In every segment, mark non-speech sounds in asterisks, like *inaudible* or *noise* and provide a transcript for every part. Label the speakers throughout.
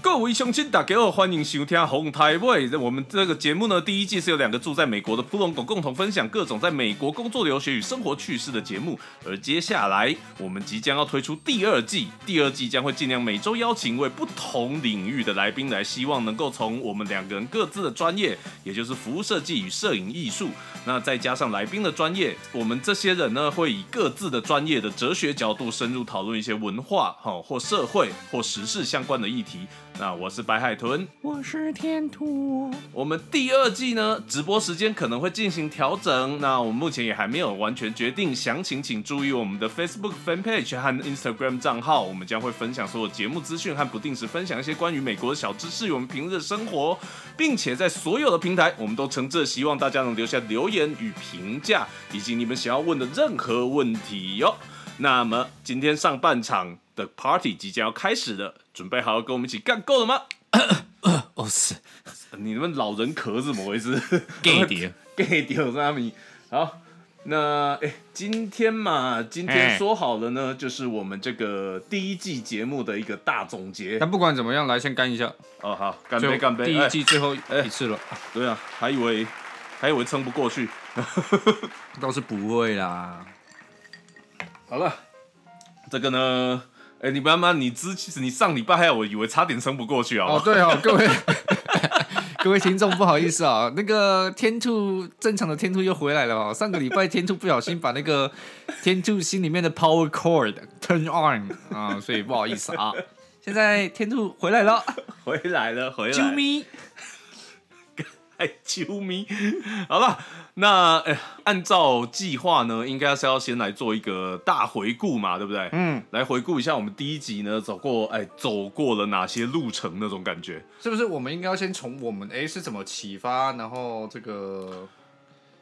Speaker 1: 各位乡亲，大家好，欢迎收听《红台位》。我们这个节目呢，第一季是由两个住在美国的扑龙狗共同分享各种在美国工作、留学与生活趣事的节目。而接下来，我们即将要推出第二季，第二季将会尽量每周邀请一位不同领域的来宾来，希望能够从我们两个人各自的专业，也就是服务设计与摄影艺术，那再加上来宾的专业，我们这些人呢，会以各自的专业的哲学角度，深入讨论一些文化、哈或社会或时事相关的议题。那我是白海豚，
Speaker 2: 我是天兔，
Speaker 1: 我们第二季呢，直播时间可能会进行调整。那我们目前也还没有完全决定，详情请注意我们的 Facebook Fan Page 和 Instagram 账号。我们将会分享所有节目资讯和不定时分享一些关于美国的小知识与我们平日的生活，并且在所有的平台，我们都诚挚地希望大家能留下留言与评价，以及你们想要问的任何问题哟、那么今天上半场的 Party 即将要开始了，准备好跟我们一起干够了吗？
Speaker 2: 哦是
Speaker 1: 呃你们老人壳是怎么回事
Speaker 2: *laughs* gay
Speaker 1: *laughs*
Speaker 2: 碟，
Speaker 1: gay 丢沙米。好，那哎、诶今天
Speaker 2: 哎
Speaker 1: 嘛，今天
Speaker 2: 嘿
Speaker 1: 说好了呢，就是我们这个第一季节目的一个大总结。
Speaker 2: 但不管怎么样，来先干一下，
Speaker 1: 哦，好，干
Speaker 2: 就
Speaker 1: 杯，干杯！
Speaker 2: 第一
Speaker 1: 哎
Speaker 2: 季最后一次了，
Speaker 1: 对啊，还以为还以为撑不过去。
Speaker 2: 倒是不会啦。
Speaker 1: 好了，这个呢，哎、你妈妈，你之你上礼拜还有我以为差点撑不过去啊。
Speaker 2: 哦对哦，各位 *laughs* 各位听众不好意思啊，那个天兔正常的天兔又回来了哦。上个礼拜天兔不小心把那个 *laughs* 天兔心里面的 power cord turn on 啊，所以不好意思啊。现在天兔回来了，
Speaker 1: 回来了，回来
Speaker 2: 啾
Speaker 1: 了。
Speaker 2: 咪，
Speaker 1: 哎，啾咪！好了，那、呃按照计划呢，应该是要先来做一个大回顾嘛，对不对？
Speaker 2: 嗯，
Speaker 1: 来回顾一下我们第一集呢，走过哎走过了哪些路程那种感觉。
Speaker 2: 是不是我们应该要先从我们哎是怎么启发，然后这个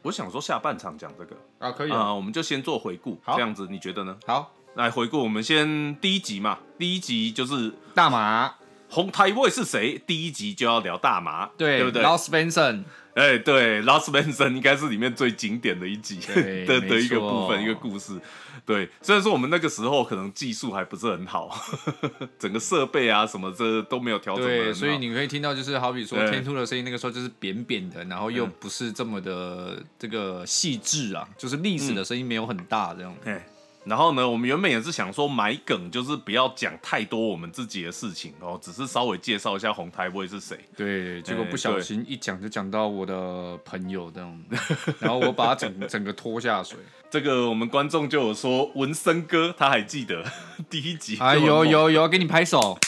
Speaker 1: 我想说下半场讲这个
Speaker 2: 啊可以
Speaker 1: 啊、
Speaker 2: 啊，
Speaker 1: 我们就先做回顾，
Speaker 2: 好
Speaker 1: 这样子你觉得呢？
Speaker 2: 好
Speaker 1: 来回顾，我们先第一集嘛，第一集就是
Speaker 2: 大马。
Speaker 1: 红台位是谁？第一集就要聊大麻，
Speaker 2: 对，
Speaker 1: 对不对？
Speaker 2: 然后 Spencer，
Speaker 1: 哎，对，Last Benson 应该是里面最经典的一集
Speaker 2: 对
Speaker 1: *laughs* 的
Speaker 2: 没
Speaker 1: 的一个
Speaker 2: 错
Speaker 1: 部分，一个故事。对，虽然说我们那个时候可能技术还不是很好， *laughs* 整个设备啊什么这都没有调整得很好
Speaker 2: 对，所以你可以听到就是好比说
Speaker 1: 对
Speaker 2: 天兔的声音，那个时候就是扁扁的，然后又不是这么的这个细致啊，就是历史的声音没有很大这样。
Speaker 1: 哎，然后呢，我们原本也是想说买梗，就是不要讲太多我们自己的事情哦，只是稍微介绍一下红台位是谁。
Speaker 2: 对，结果不小心一讲就讲到我的朋友这 *laughs* 样，然后我把他整整个拖下水。
Speaker 1: 这个我们观众就有说，文森哥他还记得 *laughs* 第一集，
Speaker 2: *laughs* 哎，有有有，给你拍手。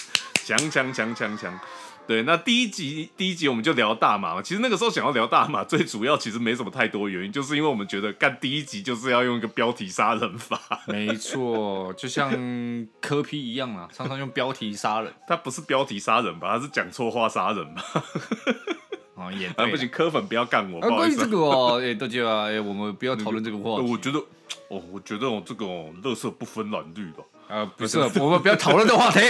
Speaker 1: 强强强强强。对，那第一集第一集我们就聊大麻嘛。其实那个时候想要聊大麻， *laughs* 最主要其实没什么太多原因，就是因为我们觉得干第一集就是要用一个标题杀人法， *laughs*
Speaker 2: 没错，就像科批一样啊，常常用标题杀人
Speaker 1: 它不是标题杀人吧？它是讲错话杀人吧？
Speaker 2: 啊，也对
Speaker 1: 啊，
Speaker 2: 啦
Speaker 1: 不行，柯粉不要干我，
Speaker 2: 啊，
Speaker 1: 不好
Speaker 2: 关
Speaker 1: 意
Speaker 2: 于这
Speaker 1: 思。
Speaker 2: 个哦，哎，大家啊，哎，我们不要讨论这个话
Speaker 1: 呃
Speaker 2: *laughs* 题。
Speaker 1: 我觉得，哦，我觉得哦，这个哦，乐色不分蓝绿吧。
Speaker 2: 啊，不是，我们不要讨论这个话 *laughs* 题。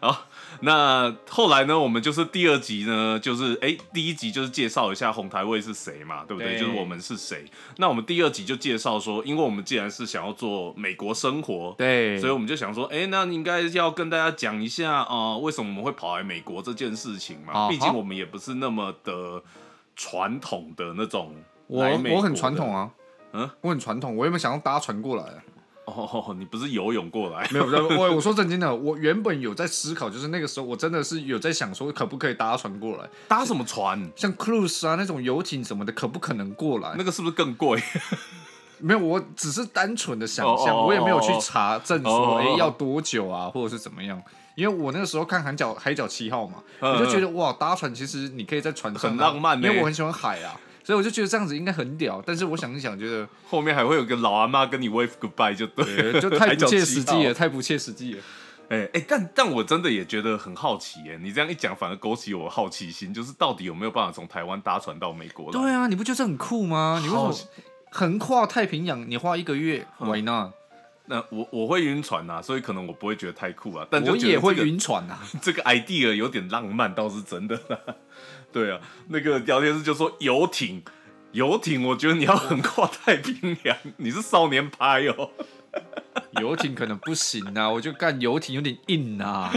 Speaker 1: 好，那后来呢，我们就是第二集呢，就是哎，第一集就是介绍一下红台位是谁嘛，对不对？
Speaker 2: 对
Speaker 1: 就是我们是谁。那我们第二集就介绍说，因为我们既然是想要做美国生活。
Speaker 2: 对，
Speaker 1: 所以我们就想说，哎、那应该要跟大家讲一下啊、呃为什么我们会跑来美国这件事情嘛？
Speaker 2: 啊哈
Speaker 1: 毕竟我们也不是那么的传统的那种
Speaker 2: 我
Speaker 1: 来美国
Speaker 2: 我很传统
Speaker 1: 啊。
Speaker 2: 啊，
Speaker 1: 嗯，
Speaker 2: 我很传统，我原本想要搭船过来啊，
Speaker 1: 哦， *laughs* 你不是游泳过来？
Speaker 2: 没有， *laughs* 我我说正经的，我原本有在思考，就是那个时候我真的是有在想说，可不可以搭船过来，
Speaker 1: 搭什么船？
Speaker 2: 像 cruise 啊那种游艇什么的，可不可能过
Speaker 1: *laughs*
Speaker 2: 来？
Speaker 1: 那个是不是更贵？
Speaker 2: 没有，我只是单纯的想
Speaker 1: 哦哦
Speaker 2: 象，
Speaker 1: 哦
Speaker 2: 我也没有去查证
Speaker 1: 哦
Speaker 2: 说，
Speaker 1: 哦
Speaker 2: 哎、
Speaker 1: 哦
Speaker 2: 要多久啊，或者是怎么样。因为我那个时候看海角海角七号嘛，
Speaker 1: 嗯
Speaker 2: 我就觉得哇，搭船其实你可以在船上啊
Speaker 1: 很浪漫呢
Speaker 2: 因为我很喜欢海啊，所以我就觉得这样子应该很屌。但是我想一想，
Speaker 1: *laughs*
Speaker 2: 觉得
Speaker 1: 后面还会有个老阿妈跟你 wave goodbye 就对了，
Speaker 2: 呃就
Speaker 1: *laughs*
Speaker 2: 太
Speaker 1: 海
Speaker 2: 不
Speaker 1: 角
Speaker 2: 切
Speaker 1: 七
Speaker 2: 实
Speaker 1: 号
Speaker 2: 际了，。太不切实际了。
Speaker 1: 哎、哎、但但我真的也觉得很好奇耶，你这样一讲反而勾起我好奇心，就是到底有没有办法从台湾搭船到美国来？
Speaker 2: 对啊，你不觉得这很酷吗？你为什
Speaker 1: 好
Speaker 2: 么横跨太平洋？你花一个月，Why not？
Speaker 1: 那我我会晕船啊，所以可能我不会觉得太酷啊，但就
Speaker 2: 我
Speaker 1: 觉得
Speaker 2: 也会
Speaker 1: 这个
Speaker 2: 晕船 *laughs* 啊！
Speaker 1: 这个 idea 有点浪漫，倒是真的啦。 *laughs* 对啊，那个聊天室就说游艇，游艇，我觉得你要横跨太平洋，你是少年派哦。
Speaker 2: *laughs* 游艇可能不行啊，我就干游艇有点硬啊，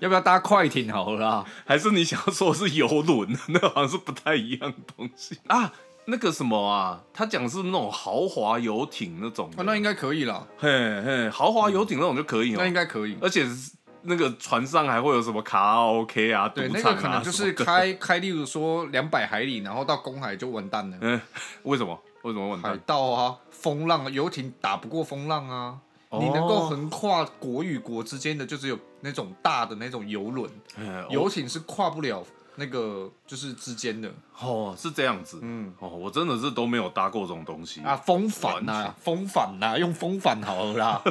Speaker 2: 要不要搭快艇好了啊啦？
Speaker 1: 还是你想要说是游轮？ *laughs* 那好像是不太一样的东西啊。那个什么啊，他讲是那种豪华游艇那种的、
Speaker 2: 哦，那应该可以啦，
Speaker 1: 嘿嘿，豪华游艇那种就可以哦、
Speaker 2: 那应该可以。
Speaker 1: 而且是那个船上还会有什么卡拉 OK 啊、赌
Speaker 2: 对，那
Speaker 1: 场
Speaker 2: 个
Speaker 1: 啊，
Speaker 2: 可能就
Speaker 1: 什么
Speaker 2: 是
Speaker 1: 的。
Speaker 2: 开开，例如说两百海里，然后到公海就完蛋了。
Speaker 1: 嗯， *laughs* 为什么？为什么完
Speaker 2: 海
Speaker 1: 蛋？
Speaker 2: 盗啊，风浪，游艇打不过风浪啊。你能够
Speaker 1: 哦
Speaker 2: 横跨国与国之间的，就只有那种大的那种游轮，
Speaker 1: 嗯
Speaker 2: 游艇是跨不了那个就是之间的。
Speaker 1: 哦，是这样子。
Speaker 2: 嗯，
Speaker 1: 哦，我真的是都没有搭过这种东西
Speaker 2: 啊，，风帆呐、啊，风帆呐、用风帆好了啦。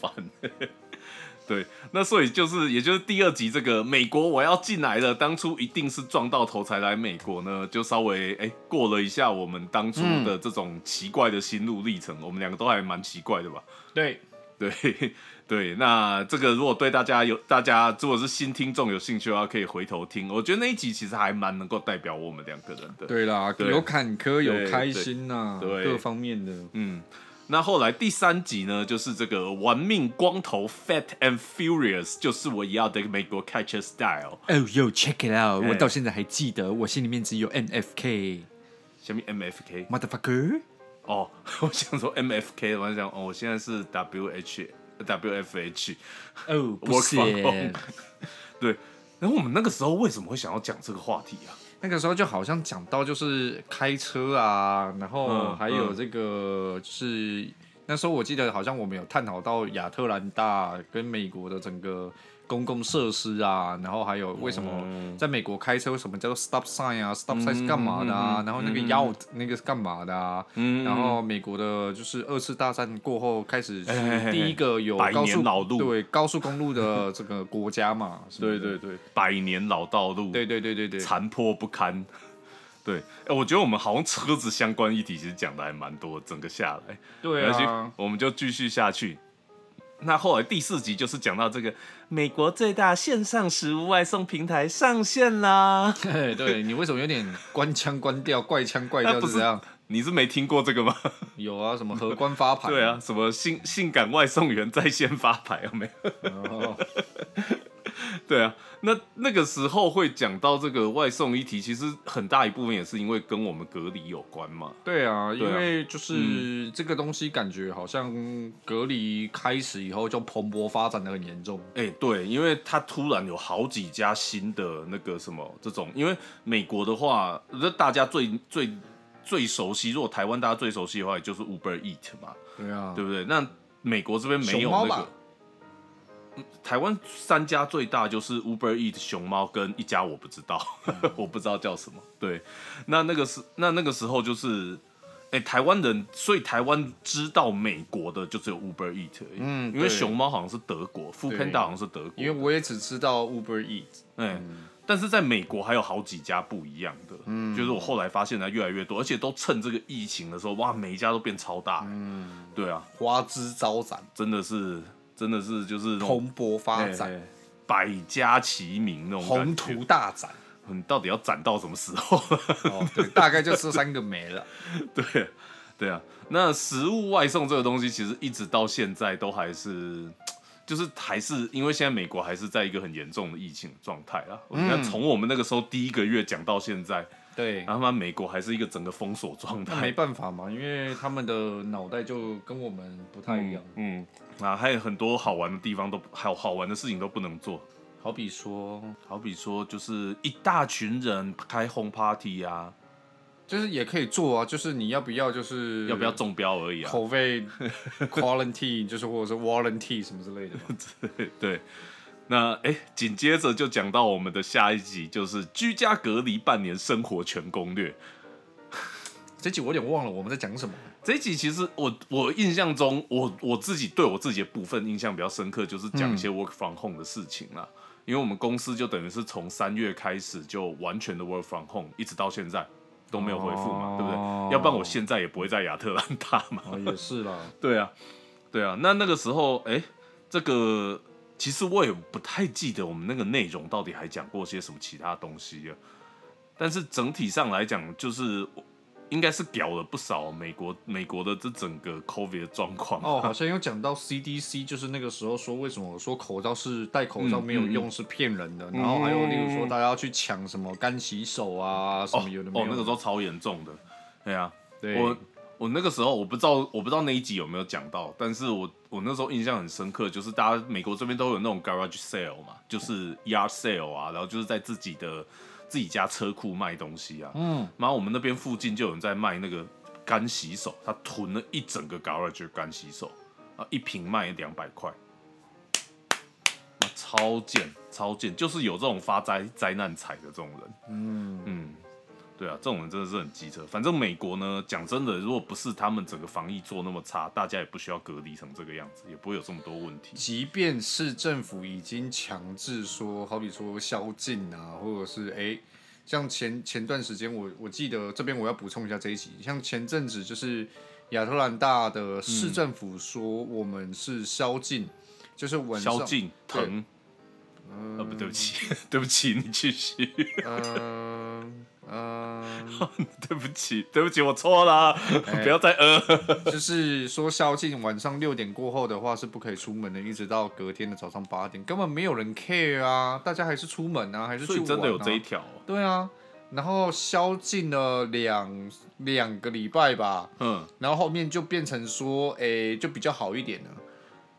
Speaker 1: 烦。 *laughs* 对，那所以就是，也就是第二集这个美国我要进来了，当初一定是撞到头才来美国呢，就稍微哎、过了一下我们当初的这种奇怪的心路历程，我们两个都还蛮奇怪的吧？
Speaker 2: *laughs*
Speaker 1: *laughs*
Speaker 2: 对，
Speaker 1: 对对，那这个如果对大家有大家如果是新听众有兴趣的话，可以回头听。我觉得那一集其实还蛮能够代表我们两个人的。
Speaker 2: 对啦，
Speaker 1: 对
Speaker 2: 有坎坷，
Speaker 1: 对
Speaker 2: 有开心呐、
Speaker 1: 对
Speaker 2: 各方面的。
Speaker 1: 嗯，那后来第三集呢，就是这个玩命光头 Fat and Furious，就是我要的美国 Catcher Style，
Speaker 2: 哦哟，check it out！
Speaker 1: 哎
Speaker 2: 我到现在还记得，我心里面只有 NFK
Speaker 1: 下面 MFK。
Speaker 2: motherfucker。
Speaker 1: 哦， *laughs* 我想说 MFK，我想哦，我现在是 WH WFH。
Speaker 2: 哦，不
Speaker 1: Work
Speaker 2: 是
Speaker 1: from home 对，然后我们那个时候为什么会想要讲这个话题啊？
Speaker 2: 那个时候就好像讲到就是开车啊，然后
Speaker 1: 嗯
Speaker 2: 还有这个就是、那时候我记得好像我们有探讨到亚特兰大跟美国的整个公共设施啊，然后还有为什么在美国开车为什么叫做 stop sign 啊，stop sign 是干嘛的
Speaker 1: 哦
Speaker 2: 啊，
Speaker 1: 嗯嗯嗯
Speaker 2: 然后那个
Speaker 1: 嗯
Speaker 2: yacht 那个是干嘛的啊，
Speaker 1: 嗯
Speaker 2: 然后美国的就是二次大战过后开始
Speaker 1: 哎哎哎
Speaker 2: 是第一个
Speaker 1: *laughs*
Speaker 2: 有
Speaker 1: 百
Speaker 2: 高
Speaker 1: 年
Speaker 2: 速
Speaker 1: 老路
Speaker 2: 对高速公路的这个国家嘛，什么的
Speaker 1: 对，百年老道路，
Speaker 2: 对对对对对，
Speaker 1: 残破不堪。对，哎、我觉得我们好像车子相关议题其实讲的还蛮多，整个下来，
Speaker 2: 对
Speaker 1: 没
Speaker 2: 啊
Speaker 1: 关系。我们就继续下去。那后来第四集就是讲到这个美国最大线上食物外送平台上线啦。
Speaker 2: 对 *laughs* 对，你为什么有点官腔官调、怪腔怪调
Speaker 1: 那不
Speaker 2: 是
Speaker 1: 是
Speaker 2: 这样？
Speaker 1: 你是没听过这个
Speaker 2: *laughs*
Speaker 1: 吗？
Speaker 2: 有啊，什么荷官发牌？
Speaker 1: 对啊，，什么性性感外送员在线发牌有啊没 *laughs* 有？
Speaker 2: 哦、
Speaker 1: 对啊，那那个时候会讲到这个外送议题，其实很大一部分也是因为跟我们隔离有关嘛。
Speaker 2: 对啊，因
Speaker 1: 对啊
Speaker 2: 为就是这个东西，感觉好像隔离开始以后就蓬勃发展的很严重。
Speaker 1: 哎、对，因为它突然有好几家新的那个什么这种，因为美国的话，那大家最最最熟悉，如果台湾大家最熟悉的话，也就是 Uber Eat 嘛，
Speaker 2: 对啊，
Speaker 1: 对不对？那美国这边没有
Speaker 2: 熊猫
Speaker 1: 那
Speaker 2: 吧
Speaker 1: 个，嗯台湾三家最大就是 Uber Eat、熊猫跟一家我不知道， *laughs* 我不知道叫什么。对，那那个时那那个时候就是。哎、台湾人，所以台湾知道美国的就只有 Uber Eat，而已
Speaker 2: 嗯
Speaker 1: 因为
Speaker 2: 对
Speaker 1: 熊猫好像是德国，Food
Speaker 2: 对
Speaker 1: Panda 好像是德国，
Speaker 2: 因为我嗯也只知道 Uber Eat。
Speaker 1: 哎、但是在美国还有好几家不一样的，
Speaker 2: 嗯
Speaker 1: 就是我后来发现的越来越多，而且都趁这个疫情的时候，哇，每一家都变超大、嗯，对啊，
Speaker 2: 花枝招展，
Speaker 1: 真的是，真的是就是那种
Speaker 2: 蓬勃发
Speaker 1: 哎
Speaker 2: 展，
Speaker 1: 哎百家齐名那种
Speaker 2: 宏
Speaker 1: 感觉
Speaker 2: 图，大展。
Speaker 1: 你到底要攒到什么时候？ *laughs*
Speaker 2: 哦， *laughs* 对，大概就这三个没了。
Speaker 1: 对，对啊。那食物外送这个东西，其实一直到现在都还是，就是还是因为现在美国还是在一个很严重的疫情状态
Speaker 2: 嗯
Speaker 1: 啦。我觉得从我们那个时候第一个月讲到现在， *laughs*
Speaker 2: 对，
Speaker 1: 然后他妈美国还是一个整个封锁状
Speaker 2: 嗯那没
Speaker 1: 态，
Speaker 2: 办法嘛，因为他们的脑袋就跟我们不太一样。
Speaker 1: 嗯，啊，还有很多好玩的地方都还有好玩的事情都不能做，
Speaker 2: 好比说，
Speaker 1: 好比说就是一大群人开轰 party 啊，
Speaker 2: 就是也可以做啊，就是你要不要就是
Speaker 1: 要不要中标而已啊，
Speaker 2: 口 *laughs* 味 quality，就是或者是 warranty 什么之类的嘛。
Speaker 1: *laughs* 对。那哎，紧接着就讲到我们的下一集，就是居家隔离半年生活全攻略。
Speaker 2: *laughs* 这集我有点忘了我们在讲什么。
Speaker 1: 这一集其实我我印象中，我我自己对我自己的部分印象比较深刻，就是讲一些 work from home 的事情啦。因为我们公司就等于是从三月开始就完全的 work from home，一直到现在都没有回复嘛，
Speaker 2: 哦
Speaker 1: 对不对？要不然我现在也不会在亚特兰大嘛。
Speaker 2: *laughs* 哦，也是 *laughs* 啦，
Speaker 1: 对啊，对啊。那那个时候，哎，这个其实我也不太记得我们那个内容到啊底还讲过些什么其他东西了。但是整体上来讲，就是应该是屌了不少美国美国的这整个 COVID 的状况。啊
Speaker 2: 哦，好像有讲到 CDC，就是那个时候说为什么我说口罩是戴口罩没有用是骗人的，然后还有例如说大家要去抢什么干洗手啊，什
Speaker 1: 哦
Speaker 2: 么有的没
Speaker 1: 哦
Speaker 2: 有，的。
Speaker 1: 那个时候超严重的，对啊，
Speaker 2: 对
Speaker 1: 我我那个时候我不知道我不知道那一集有没有讲到，但是我我那时候印象很深刻，就是大家美国这边都有那种 garage sale 嘛，就是 yard sale 啊，然后就是在自己的自己家车库卖东西啊，
Speaker 2: 嗯，
Speaker 1: 然后我们那边附近就有人在卖那个干洗手，他囤了一整个 garage 的干洗手啊，一瓶卖两百块。啊超贱，超贱，就是有这种发灾灾难财的这种人，嗯，对啊，这种人真的是很机车。反正美国呢，讲真的，如果不是他们整个防疫做那么差，大家也不需要隔离成这个样子，也不会有这么多问题。
Speaker 2: 即便市政府已经强制说，好比说宵禁啊，或者是哎、像前前段时间我我记得这边我要补充一下这一集，像前阵子就是亚特兰大的市
Speaker 1: 嗯
Speaker 2: 政府说我们是宵禁，就是晚上
Speaker 1: 宵，禁疼，呃，不对不起， *laughs* 对不起，你继续，
Speaker 2: 嗯、嗯、
Speaker 1: *laughs* 对不起，对不起，我错了，
Speaker 2: 哎
Speaker 1: 不要再呃，
Speaker 2: 就是说宵禁晚上六点过后的话是不可以出门的，一直到隔天的早上八点，根本没有人 care 啊，大家还是出门啊，还是去
Speaker 1: 所以
Speaker 2: 玩、啊、
Speaker 1: 真的有这一条哦、
Speaker 2: 对啊，然后宵禁了两两个礼拜吧，
Speaker 1: 嗯，
Speaker 2: 然后后面就变成说，诶、就比较好一点了。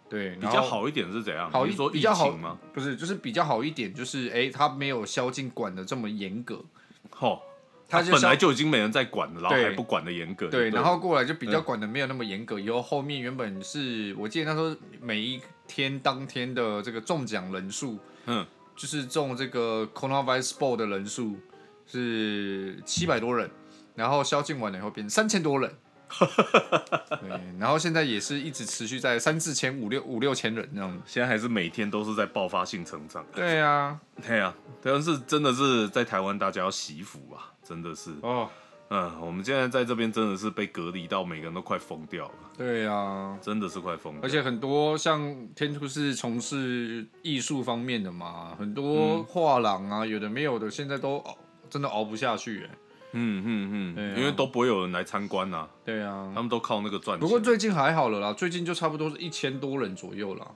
Speaker 2: 对，
Speaker 1: 比
Speaker 2: 然
Speaker 1: 较
Speaker 2: 后，
Speaker 1: 好一点是怎样？
Speaker 2: 好
Speaker 1: 你
Speaker 2: 一
Speaker 1: 是说
Speaker 2: 比
Speaker 1: 疫
Speaker 2: 较好
Speaker 1: 情吗？
Speaker 2: 不是，就是比较好一点，就是诶、他没有宵禁管的这么严格，
Speaker 1: 吼，
Speaker 2: 他就
Speaker 1: 本
Speaker 2: 宵
Speaker 1: 来就已经没人在管了，然后
Speaker 2: 对
Speaker 1: 还不管的严格。
Speaker 2: 对，嗯
Speaker 1: 不
Speaker 2: 然后过来就比较管的没有那么严格。以后后面原本是我记得那时候每一天当天的这个中奖人数，
Speaker 1: 嗯，
Speaker 2: 就是中这个 coronavirus ball 的人数是七百多人，然后宵禁完了以后变三千多人。 *laughs* 对，然后现在也是一直持续在三四千、五六五六千人这样。
Speaker 1: 现在还是每天都是在爆发性成长。
Speaker 2: 对啊，
Speaker 1: 对啊，但是真的是在台湾大家要惜福啊，真的是，
Speaker 2: 哦，
Speaker 1: 嗯，我们现在在这边真的是被隔离到每个人都快疯掉了，
Speaker 2: 对啊，
Speaker 1: 真的是快疯掉
Speaker 2: 而且很多像天兔是从事艺术方面的
Speaker 1: 嗯
Speaker 2: 嘛，很多画廊啊，有的没有的，现在都熬真的熬不下去、欸。
Speaker 1: 嗯嗯
Speaker 2: 对
Speaker 1: 嗯，
Speaker 2: 啊
Speaker 1: 因为都不会有人来参观啊，
Speaker 2: 对啊
Speaker 1: 他，们都靠那个赚钱。啊
Speaker 2: 不过最近还好了啦，最近就差不多是一千多人左右啦。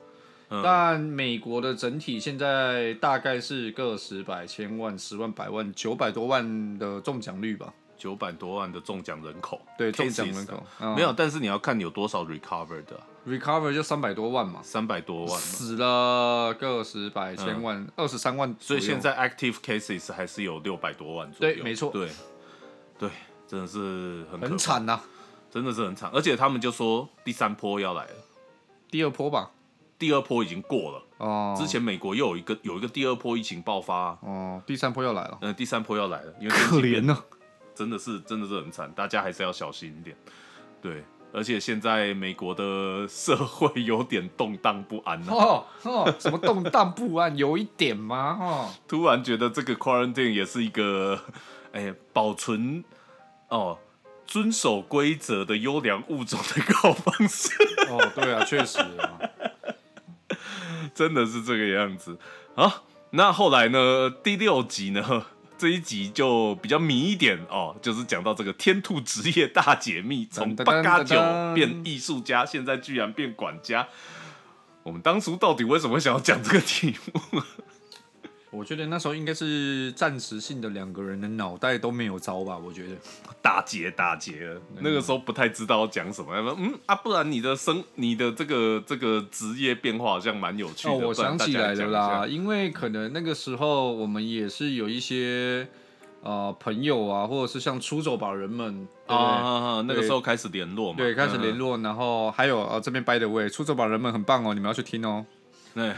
Speaker 1: 嗯
Speaker 2: 但美国的整体现在大概是个十百、千万、十万、百万、九百多万的中奖率吧？
Speaker 1: 九百多万的中奖人口，
Speaker 2: 对，中
Speaker 1: cases
Speaker 2: 奖人口
Speaker 1: 啊、
Speaker 2: 嗯
Speaker 1: 没有，但是你要看你有多少 recover 的、啊，
Speaker 2: recover 就三百多万嘛，
Speaker 1: 三百多万嘛，嗯
Speaker 2: 死了个十百、千万、二十三万左
Speaker 1: 所
Speaker 2: 右，
Speaker 1: 以现在 active cases 还是有六百多万左右。
Speaker 2: 对没错
Speaker 1: 对对，真的是很可
Speaker 2: 很
Speaker 1: 怕，
Speaker 2: 惨啊呐、
Speaker 1: 真的是很惨，而且他们就说第三波要来了，
Speaker 2: 第二波吧。
Speaker 1: 第二波已经过了。
Speaker 2: 哦，
Speaker 1: 之前美国又有一个有一个第二波疫情爆发、啊，
Speaker 2: 哦，第三波要来了，
Speaker 1: 嗯、第三波要来了，因为
Speaker 2: *laughs* 可怜啊呢、
Speaker 1: 真的是真的是很惨，大家还是要小心一点。对，而且现在美国的社会有点动荡不安、啊，
Speaker 2: 哦哦，什么动荡不安，有一点吗？哦，
Speaker 1: 突然觉得这个 quarantine 也是一个， *laughs* 哎、保存哦遵守规则的优良物种的高方式。
Speaker 2: *laughs*
Speaker 1: *laughs*
Speaker 2: 哦，对啊，确实啊，
Speaker 1: 真的是这个样子啊。那后来呢？第六集呢？ *laughs* 这一集就比较迷一点哦，就是讲到这个天兔职业大解密，从
Speaker 2: 噔噔噔
Speaker 1: 八嘎九
Speaker 2: 噔
Speaker 1: 变艺术家，现在居然变管家。我们当初到底为什么会想要讲这个题目？
Speaker 2: 我觉得那时候应该是暂时性的，两个人的脑袋都没有招吧？我觉得，
Speaker 1: 打结打结了，
Speaker 2: 嗯
Speaker 1: 那个时候不太知道要讲什么。他说嗯啊，不然你的生你的这个这个职业变化好像蛮有趣的。
Speaker 2: 哦，我
Speaker 1: 不然
Speaker 2: 想
Speaker 1: 大家
Speaker 2: 起来了
Speaker 1: 讲一下
Speaker 2: 啦，。因为可能那个时候我们也是有一些呃朋友啊，或者是像出走吧人们
Speaker 1: 啊
Speaker 2: 啊。
Speaker 1: 啊，啊那个时候开始联络嘛，
Speaker 2: 对，开始联
Speaker 1: 嗯
Speaker 2: 络，然后还有啊，这边 by the way，出走吧人们很棒哦，你们要去听哦。
Speaker 1: *laughs* 那嗯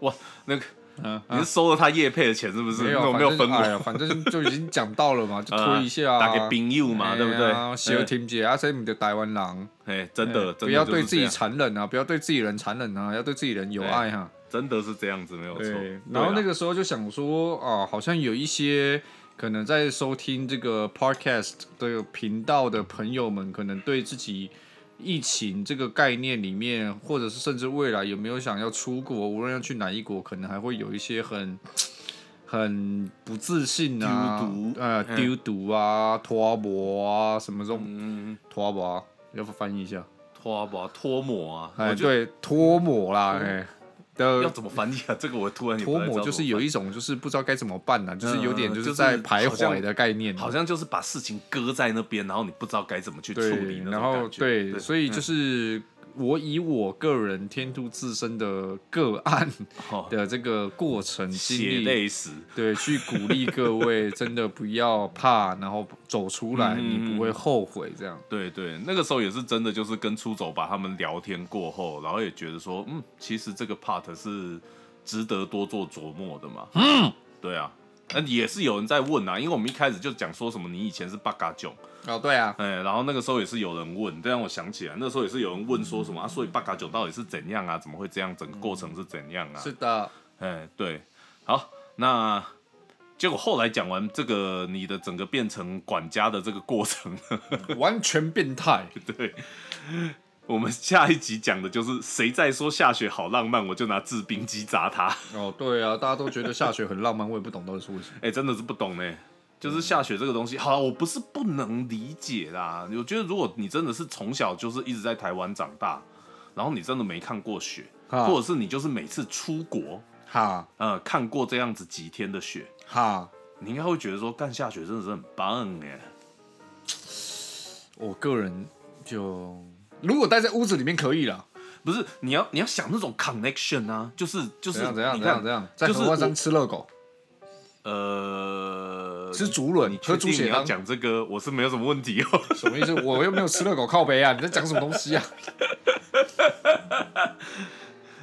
Speaker 1: 哇，那个
Speaker 2: 嗯，
Speaker 1: 你是收了他叶配的钱是不是？
Speaker 2: 没
Speaker 1: 那
Speaker 2: 有，
Speaker 1: 我没有
Speaker 2: 反
Speaker 1: 分
Speaker 2: 正哎
Speaker 1: 我，
Speaker 2: 呀，
Speaker 1: *laughs*
Speaker 2: 反正就已 *laughs* 经讲到了嘛，就
Speaker 1: 呃
Speaker 2: 推一下啊，
Speaker 1: 打给冰友嘛，
Speaker 2: 哎呀
Speaker 1: 对不对？ *laughs*
Speaker 2: 小婷姐，啊阿 Sam 的台湾狼，
Speaker 1: 哎，哎真的，
Speaker 2: 哎
Speaker 1: 真的
Speaker 2: 不要
Speaker 1: 就是
Speaker 2: 对自
Speaker 1: 这
Speaker 2: 己
Speaker 1: 样
Speaker 2: 残忍啊，不要对自己人残忍啊，要对自己人有爱哈。
Speaker 1: 真的是这样子，没有错。
Speaker 2: 对，然后那
Speaker 1: 对啦啊
Speaker 2: 个时候就想说，啊，好像有一些可能在收听这个 podcast 的频道的朋友们，可能对自己疫情这个概念里面，或者是甚至未来有没有想要出国，无论要去哪一国，可能还会有一些很很不自信啊，
Speaker 1: 丢毒
Speaker 2: 呃，
Speaker 1: 嗯
Speaker 2: 丢毒啊，拖磨啊，什么这种
Speaker 1: 嗯，
Speaker 2: 拖磨、啊，要不翻译一下？
Speaker 1: 啊拖吧脱模啊，
Speaker 2: 哎，
Speaker 1: 我觉得
Speaker 2: 对，脱模啦，
Speaker 1: 脱
Speaker 2: 哎，
Speaker 1: 要
Speaker 2: 的
Speaker 1: 怎么翻译啊？这个我突然也不
Speaker 2: 脱
Speaker 1: 太知道
Speaker 2: 模就
Speaker 1: 怎么
Speaker 2: 是有
Speaker 1: 翻
Speaker 2: 一种就是不知道该怎么办呢、就是有点
Speaker 1: 嗯
Speaker 2: 就是
Speaker 1: 就是
Speaker 2: 在徘
Speaker 1: 好像
Speaker 2: 徊的概念，
Speaker 1: 好像就是把事情搁在那边，然后你不知道该怎么去处
Speaker 2: 对
Speaker 1: 理，那种
Speaker 2: 然后
Speaker 1: 感觉嗯
Speaker 2: 对，所以就是我以我个人天兔自身的个案
Speaker 1: 哦
Speaker 2: 的这个过程
Speaker 1: 血
Speaker 2: 经历，
Speaker 1: 泪史，
Speaker 2: 对，去鼓励各
Speaker 1: *laughs*
Speaker 2: 位真的不要怕，然后走出来，
Speaker 1: 嗯
Speaker 2: 你不会后悔这样。
Speaker 1: 对对，那个时候也是真的，就是跟出走吧他们聊天过后，然后也觉得说，嗯，其实这个 part 是值得多做琢磨的嘛。嗯，对啊，那也是有人在问啊，因为我们一开始就讲说什么你以前是八嘎囧，
Speaker 2: 哦，对啊，
Speaker 1: 哎，然后那个时候也是有人问，这让我想起来，那时候也是有人问说什么啊，所以八嘎囧到底是怎样啊？怎么会这样？整个过程是怎样啊？
Speaker 2: 嗯是的，
Speaker 1: 哎，对，好，那结果后来讲完这个你的整个变成管家的这个过程， *laughs*
Speaker 2: 完全变态。
Speaker 1: 对，我们下一集讲的就是谁在说下雪好浪漫，我就拿制冰机砸他。
Speaker 2: 哦，对啊，大家都觉得下雪很浪漫，我也不懂到底是为什么。
Speaker 1: *laughs* 哎、真的是不懂呢。就是下雪这个东西，好啦，我不是不能理解啦。我觉得如果你真的是从小就是一直在台湾长大，然后你真的没看过雪，
Speaker 2: 啊
Speaker 1: 或者是你就是每次出国，
Speaker 2: 哈
Speaker 1: 呃，看过这样子几天的雪，
Speaker 2: 哈，
Speaker 1: 你应该会觉得说，干下雪真的是很棒哎。
Speaker 2: 我个人就如果待在屋子里面可以了，
Speaker 1: 不是，你要你要想那种 connection 啊，就是就是
Speaker 2: 怎样怎样
Speaker 1: 你
Speaker 2: 怎
Speaker 1: 看
Speaker 2: 样怎样，在
Speaker 1: 就是
Speaker 2: 荷花
Speaker 1: 我
Speaker 2: 山吃热狗，
Speaker 1: 呃，
Speaker 2: 吃竹轮
Speaker 1: 你，确
Speaker 2: 喝猪
Speaker 1: 定你
Speaker 2: 血
Speaker 1: 要
Speaker 2: 汤。
Speaker 1: 讲这个，我是没有什么问题哦。 *laughs*
Speaker 2: 什么意思？我又没有吃热狗靠背啊！你在讲什么东西啊？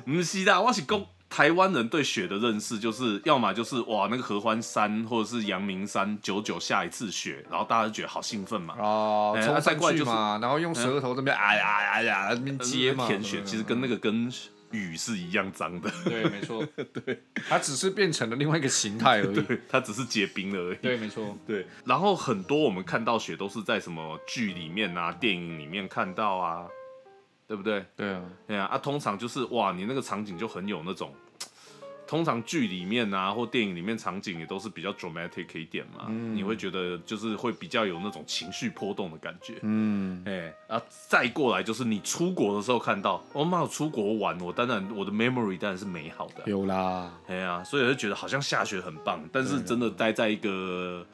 Speaker 1: 不是啦，我是讲台湾人对雪的认识，就是要么就是哇那个合欢山或者是阳明山，久久下一次雪，然后大家就觉得好兴奋嘛。
Speaker 2: *laughs* 哦，
Speaker 1: 哎啊
Speaker 2: 冲
Speaker 1: 再过来
Speaker 2: 上去
Speaker 1: 就是
Speaker 2: 嘛，然后用舌头这边哎呀哎呀哎呀，那边接嘛，嗯
Speaker 1: 舔雪其实跟那个跟雨是一样脏
Speaker 2: *laughs*
Speaker 1: 的，
Speaker 2: 对，没错，对，它只是变成了另外一个形态而已。
Speaker 1: 它只是结冰了而已。
Speaker 2: 对，没错，
Speaker 1: 对，然后很多我们看到雪都是在什么剧里面啊、电影里面看到啊，对不对？
Speaker 2: 对啊，
Speaker 1: 对啊，啊，通常就是哇，你那个场景就很有那种，通常剧里面啊或电影里面场景也都是比较 dramatic 一点嘛，你会觉得就是会比较有那种情绪波动的感觉。
Speaker 2: 嗯，
Speaker 1: 哎、啊，再过来就是你出国的时候看到，我、哦、妈有出国玩，我当然我的 memory 当然是美好的啊、
Speaker 2: 有啦，
Speaker 1: 哎呀、所以就觉得好像下雪很棒，但是真的待在一个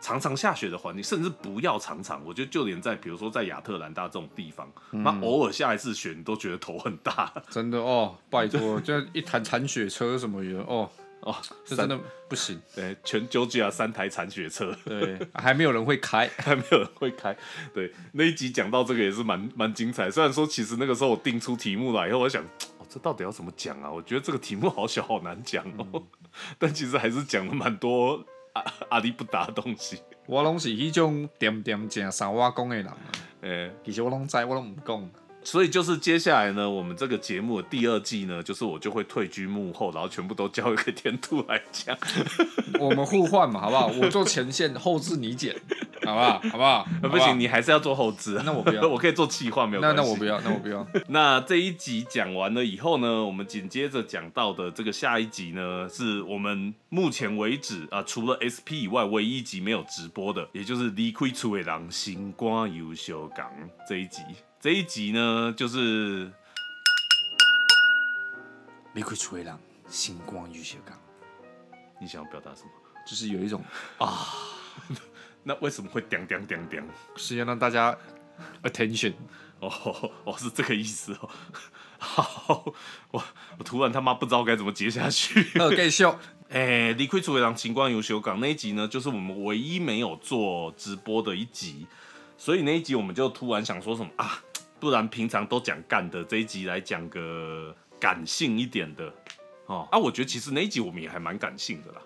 Speaker 1: 常常下雪的环境，甚至不要常常，我觉得就连在比如说在亚特兰大这种地方，那、
Speaker 2: 嗯
Speaker 1: 偶尔下一次雪，你都觉得头很大
Speaker 2: 真的哦，拜 *laughs* 托，就一谈铲雪车什么的哦，
Speaker 1: 哦。
Speaker 2: *laughs* 这真的不行。
Speaker 1: 三，哎，全九吉亚三台铲雪车
Speaker 2: *laughs* 对，还没有人会开。
Speaker 1: 还没有人会开。对，那一集讲到这个也是蛮蛮精彩。虽然说其实那个时候我定出题目来以后，我想。哦，这到底要怎么讲啊？我觉得这个题目好小，好难讲哦。
Speaker 2: 嗯
Speaker 1: *laughs* 但其实还是讲了蛮多阿阿里不达的东西。
Speaker 2: 我拢是迄种点点正三瓦讲的人啊，
Speaker 1: 诶、
Speaker 2: 其实我拢知，我拢唔讲。
Speaker 1: 所以就是接下来呢，我们这个节目的第二季呢，就是我就会退居幕后，然后全部都交给天兔来
Speaker 2: *laughs*
Speaker 1: 讲。
Speaker 2: 我们互换嘛，好 *laughs* 不好？我做前线，后置你剪，好不好？ *laughs* 好不好？
Speaker 1: 不
Speaker 2: 好
Speaker 1: 行，你还是要做后置啊。
Speaker 2: 那我不要
Speaker 1: *laughs* 我可以做企划，没有
Speaker 2: 那
Speaker 1: 关系。
Speaker 2: 那我不要，那我不要。
Speaker 1: 那这一集讲完了以后呢，我们紧接着讲到的这个下一集呢，是我们目前为止啊、除了 SP 以外唯一一集没有直播的，也就是《离开楚尾狼星光优秀港》这一集。这一集呢，就是
Speaker 2: 你可以吹浪，星光浴血港，
Speaker 1: 你想要表达什么？
Speaker 2: 就是有一种
Speaker 1: 那为什么会 *laughs* 叮叮叮叮？
Speaker 2: 是要让大家 attention。
Speaker 1: 哦， *laughs* 哦，是这个意思哦。 *laughs* 好，我我突然他妈不知道该怎么接下去。
Speaker 2: 二 gay 秀，
Speaker 1: *laughs* 哎、离开楚尾狼情关游修港那一集呢，就是我们唯一没有做直播的一集，所以那一集我们就突然想说什么啊，不然平常都讲干的，这一集来讲个感性一点的哦。啊，我觉得其实那一集我们也还蛮感性的啦，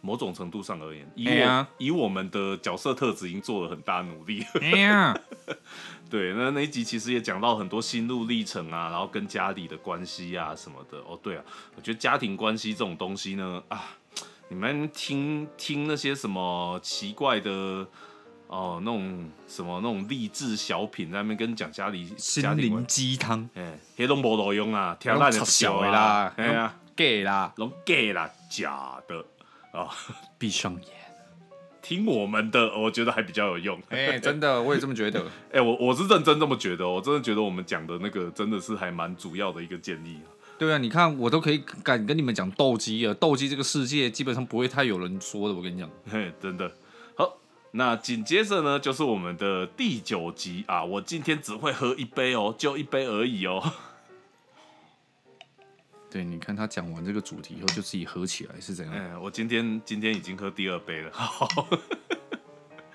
Speaker 1: 某种程度上而言，以我、
Speaker 2: 哎呀
Speaker 1: 以我们的角色特质已经做了很大努力了。
Speaker 2: 哎呀，
Speaker 1: 对，那那一集其实也讲到很多心路历程啊，然后跟家里的关系啊什么的。哦，对啊，我觉得家庭关系这种东西呢，啊，你们听听那些什么奇怪的哦、那种什么那种励志小品，在那边跟你讲家里家
Speaker 2: 心
Speaker 1: 庭
Speaker 2: 灵
Speaker 1: 关，
Speaker 2: 鸡汤
Speaker 1: 哎，黑龙没路用啊，听烂就
Speaker 2: 小
Speaker 1: 笑
Speaker 2: 啦
Speaker 1: 哎呀，
Speaker 2: ，gay 啦，
Speaker 1: 拢假啦，假的。啊，
Speaker 3: 闭上眼，
Speaker 1: 听我们的，我觉得还比较有用。
Speaker 2: 哎、真的，我也这么觉得。
Speaker 1: 哎、我我是认真这么觉得哦，我真的觉得我们讲的那个真的是还蛮主要的一个建议啊。
Speaker 2: 对啊，你看我都可以敢跟你们讲斗鸡了，斗鸡这个世界基本上不会太有人说的，我跟你讲。
Speaker 1: 嘿，真的好。那紧接着呢，就是我们的第九集啊，我今天只会喝一杯哦，就一杯而已哦。
Speaker 2: 对，你看他讲完这个主题以后就自己合起来是怎样？
Speaker 1: 嗯，我今天今天已经喝第二杯了。好， *laughs*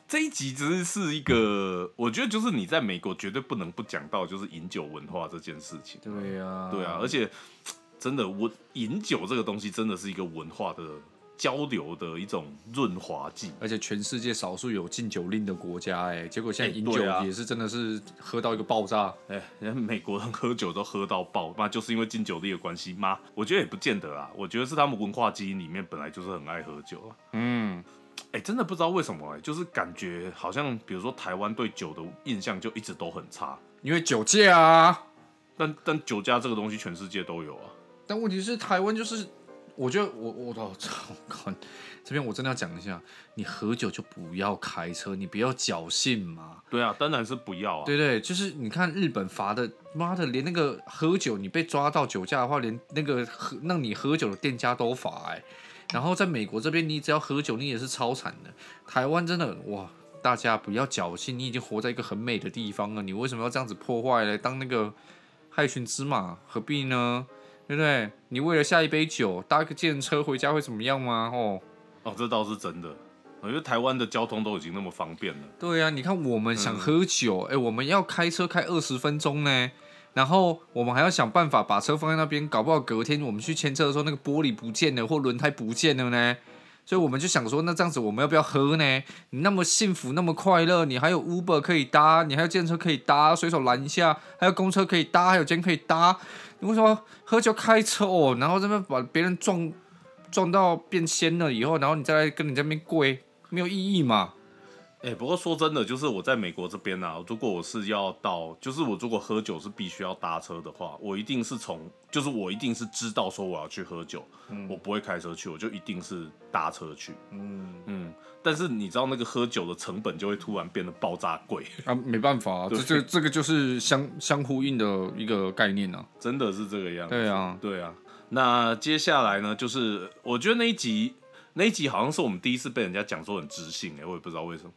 Speaker 1: 这一集只是是一个，我觉得就是你在美国绝对不能不讲到就是饮酒文化这件事情。
Speaker 2: 对呀、啊，
Speaker 1: 对啊，而且真的，我饮酒这个东西真的是一个文化的交流的一种润滑剂。
Speaker 2: 而且全世界少数有禁酒令的国家、哎，结果现在
Speaker 1: 哎
Speaker 2: 饮酒
Speaker 1: 对啊
Speaker 2: 也是真的是喝到一个爆炸。
Speaker 1: 哎，人家美国人喝酒都喝到爆，妈就是因为禁酒令的关系妈，我觉得也不见得啊，我觉得是他们文化基因里面本来就是很爱喝酒啊。
Speaker 2: 嗯，
Speaker 1: 哎，真的不知道为什么哎、就是感觉好像比如说台湾对酒的印象就一直都很差，
Speaker 2: 因为酒驾啊。
Speaker 1: 但但酒驾这个东西全世界都有啊。
Speaker 2: 但问题是，台湾就是，我觉得我我我操，靠！这边我真的要讲一下，你喝酒就不要开车，你不要侥幸嘛，
Speaker 1: 对啊，当然是不要啊。
Speaker 2: 对不对？就是你看日本罚的，妈的，连那个喝酒你被抓到酒驾的话，连那个喝让你喝酒的店家都罚哎、然后在美国这边，你只要喝酒，你也是超惨的。台湾真的哇，大家不要侥幸，你已经活在一个很美的地方了，你为什么要这样子破坏嘞？当那个害群之马，何必呢？对不对？你为了下一杯酒搭个计程车回家会怎么样吗？哦，
Speaker 1: 哦，这倒是真的。我觉得台湾的交通都已经那么方便了，
Speaker 2: 对呀、啊你看我们想喝酒，哎、我们要开车开二十分钟呢，然后我们还要想办法把车放在那边，搞不好隔天我们去牵车的时候那个玻璃不见了或轮胎不见了呢。所以我们就想说，那这样子我们要不要喝呢？你那么幸福，那么快乐，你还有 Uber 可以搭，你还有电车可以搭，随手拦一下，还有公车可以搭，还有间可以搭，你为什么喝酒开车哦？然后这边把别人撞撞到变仙了以后，然后你再来跟你这边跪，没有意义嘛？
Speaker 1: 哎、不过说真的，就是我在美国这边啊，如果我是要到，就是我如果喝酒是必须要搭车的话，我一定是从，就是我一定是知道说我要去喝酒，我不会开车去，我就一定是搭车去。
Speaker 2: 嗯。
Speaker 1: 嗯，但是你知道那个喝酒的成本就会突然变得爆炸贵， *laughs*
Speaker 2: 啊，没办法、啊，这
Speaker 1: 对
Speaker 2: 这这个就是相相呼应的一个概念啊。
Speaker 1: 真的是这个样子。
Speaker 2: 对啊，
Speaker 1: 对啊，那接下来呢，就是我觉得那一集那一集好像是我们第一次被人家讲说很知性哎、我也不知道为什么。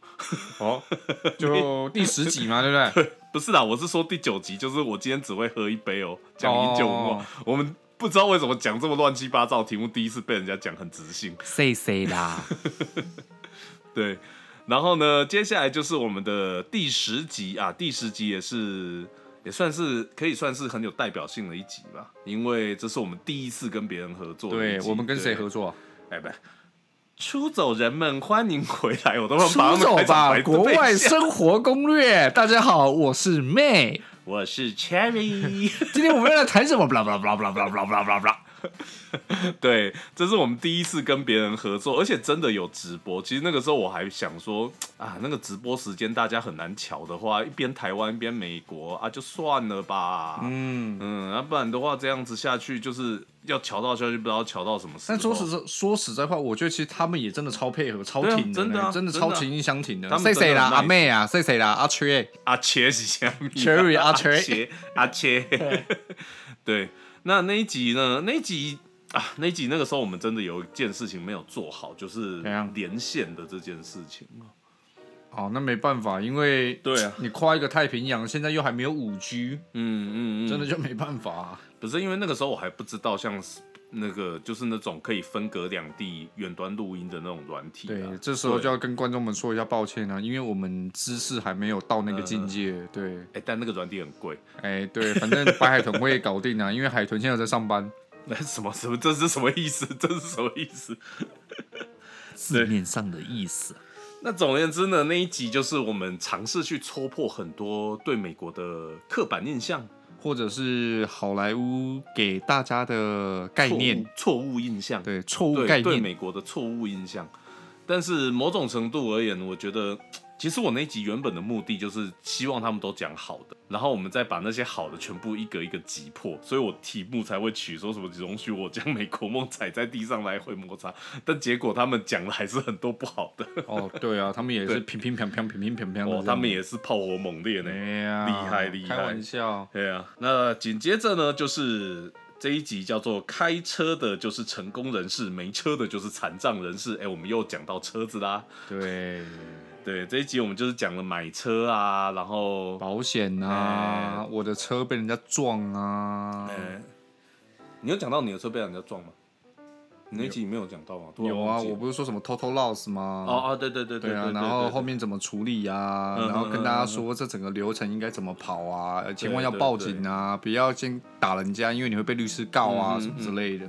Speaker 2: 好、 *laughs* 就第十集嘛，对不
Speaker 1: *laughs*
Speaker 2: 对？
Speaker 1: 不是啦，我是说第九集，就是我今天只会喝一杯哦，讲饮酒文化
Speaker 2: 哦
Speaker 1: 我们不知道为什么讲这么乱七八糟的题目，第一次被人家讲很直性。
Speaker 2: 谁谁啦？
Speaker 1: 对，然后呢，接下来就是我们的第十集啊，第十集也是也算是可以算是很有代表性的一集吧，因为这是我们第一次跟别人合作的一
Speaker 2: 对
Speaker 1: 集。
Speaker 2: 我们跟谁
Speaker 1: 对
Speaker 2: 合？作、啊？
Speaker 1: 哎，不。出走人们，欢迎回来！我都要把
Speaker 2: 出
Speaker 1: 他们
Speaker 2: 走
Speaker 1: 开场
Speaker 2: 吧，
Speaker 1: 白
Speaker 2: 国
Speaker 1: 背
Speaker 2: 外
Speaker 1: 下
Speaker 2: 生活攻略。大家好，我是 May，
Speaker 1: 我是 Cherry。
Speaker 2: 今天我们要来谈什么？不啦不啦不啦不啦不啦不啦不啦不啦。
Speaker 1: 对，这是我们第一次跟别人合作，而且真的有直播。其实那个时候我还想说啊，那个直播时间大家很难瞧的话，一边台湾一边美国啊，就算了吧。嗯
Speaker 2: 嗯，
Speaker 1: 嗯，啊、不然的话这样子下去，就是要瞧到下去，不知道瞧到什么时候。
Speaker 2: 但说实在说实在话，我觉得其实他们也真的超配合、超
Speaker 1: 对啊
Speaker 2: 挺的
Speaker 1: 真
Speaker 2: 呢、
Speaker 1: 的啊
Speaker 2: 真的
Speaker 1: 真
Speaker 2: 超
Speaker 1: 的啊
Speaker 2: 情意相挺的
Speaker 1: 他。们
Speaker 2: 谁
Speaker 1: 真的
Speaker 2: 谁啦？
Speaker 1: 很
Speaker 2: 阿
Speaker 1: nice
Speaker 2: 妹啊，谁谁啦？阿 Tree，
Speaker 1: 阿切是虾米、
Speaker 2: Cherry，阿
Speaker 1: 切
Speaker 2: Cherry
Speaker 1: 阿切， *laughs* 对，那那一集呢？那一集啊，那一集那个时候我们真的有一件事情没有做好，就是
Speaker 2: 怎样
Speaker 1: 连线的这件事情。
Speaker 2: 哦，那没办法，因为
Speaker 1: 对啊
Speaker 2: 你跨一个太平洋，现在又还没有五 G，、
Speaker 1: 嗯嗯嗯，
Speaker 2: 真的就没办法、啊。
Speaker 1: 不是因为那个时候我还不知道，像是那个就是那种可以分隔两地远端录音的那种软体、啊。
Speaker 2: 对，这时候就要跟观众们说一下抱歉啊，因为我们知识还没有到那个境界。对，
Speaker 1: 哎、但那个软体很贵。 *laughs*
Speaker 2: 哎，对，反正白海豚会搞定啊，因为海豚现在有在上班。
Speaker 1: 那什么什么？这是什么意思？ *laughs* 这是什么意思？
Speaker 2: 字面上的意思，
Speaker 1: 那总而言之呢，那一集就是我们尝试去戳破很多对美国的刻板印象、
Speaker 2: 或者是好莱坞给大家的概念，
Speaker 1: 错误、错误印象，
Speaker 2: 对，错误
Speaker 1: 对
Speaker 2: 概
Speaker 1: 对
Speaker 2: 念，
Speaker 1: 美国的错误印象。但是某种程度而言，我觉得其实我那一集原本的目的就是希望他们都讲好的，然后我们再把那些好的全部一个一个击破，所以我题目才会取说什么“容许我将美国梦踩在地上来回摩擦”， *laughs* 但结果他们讲的还是很多不好的，
Speaker 2: 哦，对啊，他们也
Speaker 1: 对
Speaker 2: 是乒乒乓乓、乒乒乓乓的这
Speaker 1: 哦
Speaker 2: 样，，
Speaker 1: 他们也是炮火猛烈呢。
Speaker 2: 哎呀，
Speaker 1: 厉害厉害
Speaker 2: 开玩笑，
Speaker 1: 对啊，那紧接着呢，就是这一集叫做“开车的就是成功人士，没车的就是残障人士”。哎，我们又讲到车子啦。
Speaker 2: 对，
Speaker 1: 对，这一集我们就是讲了买车啊，然后
Speaker 2: 保险啊，我的车被人家撞啊，
Speaker 1: 呃，你有讲到你的车被人家撞吗？你那集没有讲到吗？突然
Speaker 2: 有啊，
Speaker 1: 忘记
Speaker 2: 我
Speaker 1: 了
Speaker 2: 不是说什么 total loss 吗？
Speaker 1: 哦哦，对对对
Speaker 2: 对
Speaker 1: 对
Speaker 2: 啊，
Speaker 1: 对
Speaker 2: 然后
Speaker 1: 对
Speaker 2: 后面怎么处理啊？
Speaker 1: 嗯
Speaker 2: 然后
Speaker 1: 嗯
Speaker 2: 跟
Speaker 1: 嗯
Speaker 2: 大家
Speaker 1: 嗯
Speaker 2: 说这整个流程应该怎么跑啊？呃千万要
Speaker 1: 对
Speaker 2: 报
Speaker 1: 对
Speaker 2: 警啊，不要先打人家，因为你会被律师告啊
Speaker 1: 嗯嗯
Speaker 2: 什么之类的。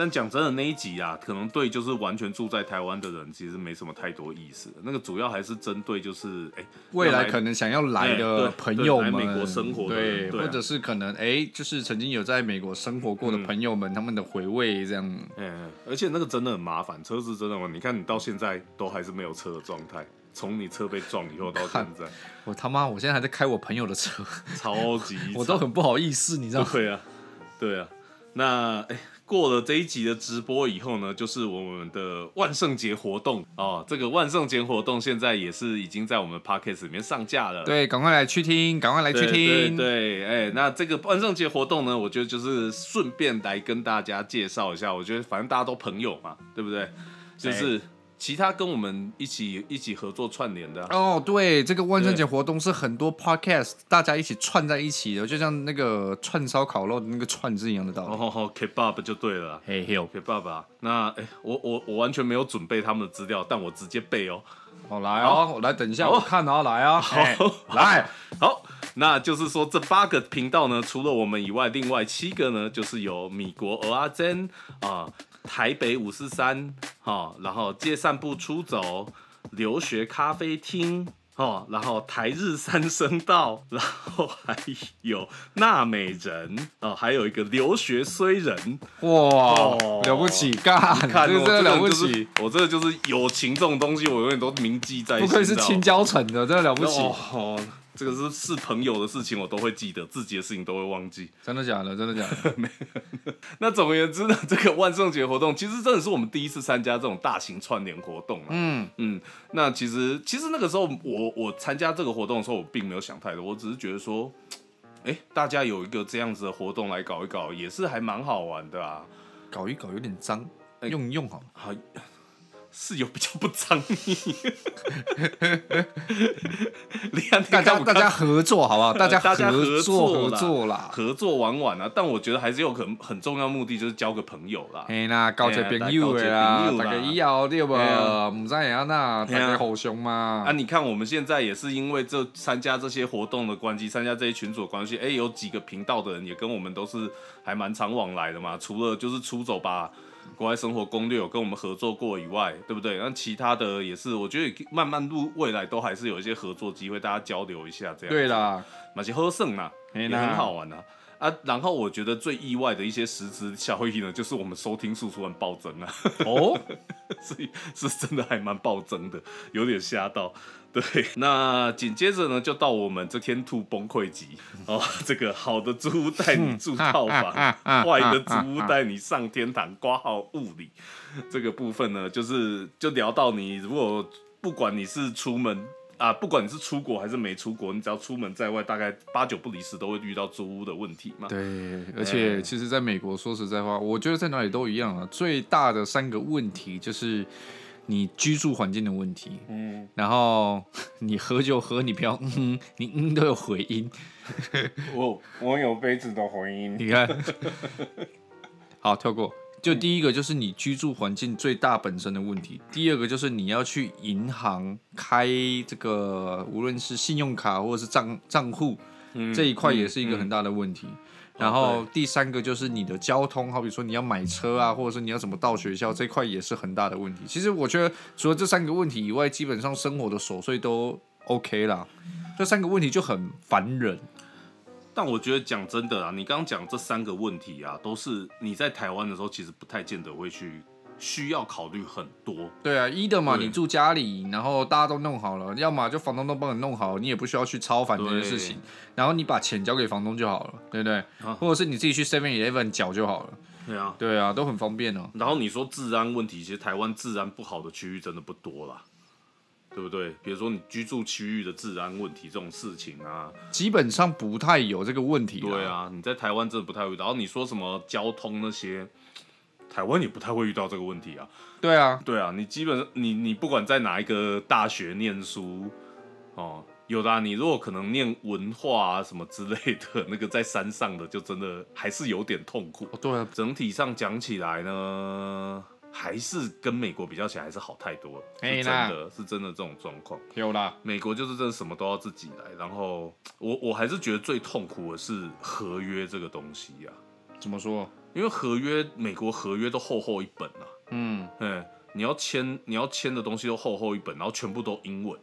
Speaker 1: 但讲真的，那一集啊，可能对就是完全住在台湾的人，其实没什么太多意思。那个主要还是针对就是，哎，
Speaker 2: 未来
Speaker 1: 要
Speaker 2: 可能想要来的
Speaker 1: 哎对
Speaker 2: 朋友们，
Speaker 1: 对来美国生活的
Speaker 2: 对，
Speaker 1: 人对啊
Speaker 2: 或者是可能哎，就是曾经有在美国生活过的朋友们，他们的回味这样。
Speaker 1: 嗯，而且那个真的很麻烦，车子真的吗？你看你到现在都还是没有车的状态，从你车被撞以后到现 *laughs* 在，
Speaker 2: 我他妈，我现在还在开我朋友的车，
Speaker 1: 超级
Speaker 2: 我都
Speaker 1: 惨
Speaker 2: 很不好意思，你知道吗？
Speaker 1: *laughs* 对啊，对啊。那哎，过了这一集的直播以后呢，就是我们的万圣节活动哦。这个万圣节活动现在也是已经在我们 podcast 里面上架了。
Speaker 2: 对，赶快来去听，赶快来去
Speaker 1: 对对
Speaker 2: 听。
Speaker 1: 对，哎、那这个万圣节活动呢，我觉得就是顺便来跟大家介绍一下。我觉得反正大家都朋友嘛，对不对？就是其他跟我们一起一起合作串联的啊、
Speaker 2: 哦，对，这个万圣
Speaker 1: 对
Speaker 2: 节活动是很多 podcast 大家一起串在一起的，就像那个串烧烤肉的那个串是一样的道
Speaker 1: 哦
Speaker 2: 理。
Speaker 1: 吼吼 Kebab 就对了啊。
Speaker 2: 嘿哦嘿，
Speaker 1: Kebab 啊，那哎、我我我完全没有准备他们的资料，但我直接背哦。
Speaker 2: 好来哦，我来等一下，
Speaker 1: 好
Speaker 2: 我看啊，来啊，嘿来，
Speaker 1: 哎好，那就是说这八个频道呢，除了我们以外，另外七个呢，就是有米国俄阿珍啊、台北五四三哈，然后借散步出走、留学咖啡厅。哦，然后台日三声道， *laughs* 然后还有娜美人，哦，还有一个留学虽
Speaker 2: *laughs*
Speaker 1: 人，
Speaker 2: 哇
Speaker 1: 哦，
Speaker 2: 了不起，干，
Speaker 1: 看
Speaker 2: 这个
Speaker 1: 我
Speaker 2: 真
Speaker 1: 这个
Speaker 2: 的了
Speaker 1: 人
Speaker 2: 不
Speaker 1: 就是
Speaker 2: 起，，
Speaker 1: 我这个就是友情这种东西，我永远都铭记在心。
Speaker 2: 不愧是
Speaker 1: 你知道吗
Speaker 2: 青椒城的，真的了不起，
Speaker 1: 哦哦，这个是是朋友的事情，我都会记得，自己的事情都会忘记。
Speaker 2: 真的假的？真的假
Speaker 1: *laughs*
Speaker 2: 的？
Speaker 1: 那总而言之呢，这个万圣节活动其实真的是我们第一次参加这种大型串联活动啊。
Speaker 2: 嗯，
Speaker 1: 嗯，那其实其实那个时候我我参加这个活动的时候，我并没有想太多，我只是觉得说，哎、大家有一个这样子的活动来搞一搞，也是还蛮好玩的啊。
Speaker 2: 搞一搞有点脏，
Speaker 1: 哎
Speaker 2: 用一用好了。
Speaker 1: 好，是有比较不脏 *laughs* 你。你看
Speaker 2: 大家
Speaker 1: 你看
Speaker 2: 大家合作好
Speaker 1: *laughs*
Speaker 2: 不好？大家
Speaker 1: 大家
Speaker 2: 合
Speaker 1: 合
Speaker 2: 作
Speaker 1: 作
Speaker 2: 合
Speaker 1: 啦
Speaker 2: 作啦。
Speaker 1: 合作玩玩啊，但我觉得还是有很很重要的目的，就是交个朋友啦。
Speaker 2: 嘿啦，交一
Speaker 1: 哎
Speaker 2: 个朋友的啦
Speaker 1: 嘿，啦交一个朋友啦
Speaker 2: 大家以后对不？
Speaker 1: 嘿啊
Speaker 2: 唔知会安那，大
Speaker 1: 嘿啊
Speaker 2: 家互相嘛
Speaker 1: 啊，。你看我们现在也是因为这参加这些活动的关系，参加这些群组的关系，哎、有几个频道的人也跟我们都是还蛮常往来的嘛。除了就是出走吧。国外生活攻略有跟我们合作过以外，对不对？那其他的也是，我觉得也慢慢入未来都还是有一些合作机会，大家交流一下这样。
Speaker 2: 对啦，
Speaker 1: 马些喝剩啦，
Speaker 2: 嘿
Speaker 1: 也
Speaker 2: 啦
Speaker 1: 很好玩啊。啊，然后我觉得最意外的一些实质效益呢，就是我们收听数突然暴增啊，
Speaker 2: 哦，
Speaker 1: 是 *laughs* 是真的还蛮暴增的，有点吓到。对，那紧接着呢，就到我们这天兔崩溃集哦，这个好的租屋带你住套房，坏的租屋带你上天堂，挂号物理这个部分呢，就是就聊到你如果不管你是出门啊，不管你是出国还是没出国，你只要出门在外，大概八九不离十都会遇到租屋的问题嘛。
Speaker 2: 对，而且其实在美国，说实在话，我觉得在哪里都一样啊。最大的三个问题就是你居住环境的问题，
Speaker 1: 嗯，
Speaker 2: 然后 *laughs* 你喝就喝，你不要嗯哼，你嗯都有回音，
Speaker 1: 我我有杯子的回音。
Speaker 2: 你看， *laughs* 好跳过。就第一个就是你居住环境最大本身的问题，第二个就是你要去银行开这个，无论是信用卡或者是账账户这一块也是一个很大的问题。然后第三个就是你的交通，好比说你要买车啊，或者是你要怎么到学校，这块也是很大的问题。其实我觉得除了这三个问题以外，基本上生活的琐碎都 OK 啦。这三个问题就很烦人，
Speaker 1: 但我觉得讲真的啊，你刚刚讲这三个问题啊，都是你在台湾的时候其实不太见得会去需要考虑很多。
Speaker 2: 对啊，一的嘛，
Speaker 1: 对
Speaker 2: 你住家里，然后大家都弄好了，要么就房东都帮你弄好，你也不需要去操烦这件事情，然后你把钱交给房东就好了，对不对？
Speaker 1: 啊
Speaker 2: 或者是你自己去 Seven Eleven 缴就好了，
Speaker 1: 对啊，
Speaker 2: 对啊，都很方便哦。
Speaker 1: 然后你说治安问题，其实台湾治安不好的区域真的不多啦，对不对？比如说你居住区域的治安问题这种事情啊，
Speaker 2: 基本上不太有这个问题。
Speaker 1: 对，啊，你在台湾真的不太会遇到。然后你说什么交通那些，台湾也不太会遇到这个问题啊。
Speaker 2: 对啊，
Speaker 1: 对啊，你基本上你你不管在哪一个大学念书，哦，有的啊、你如果可能念文化啊什么之类的，那个在山上的就真的还是有点痛苦。
Speaker 2: 哦对啊，
Speaker 1: 整体上讲起来呢，还是跟美国比较起来还是好太多了，
Speaker 2: 嘿
Speaker 1: 是真
Speaker 2: 啦
Speaker 1: 的是真的这种状况。
Speaker 2: 有啦，
Speaker 1: 美国就是真的什么都要自己来，然后我我还是觉得最痛苦的是合约这个东西呀、
Speaker 2: 怎么说？
Speaker 1: 因为合约美国合约都厚厚一本啊，
Speaker 2: 嗯，
Speaker 1: 嗯，你要签你要签的东西都厚厚一本，然后全部都英文。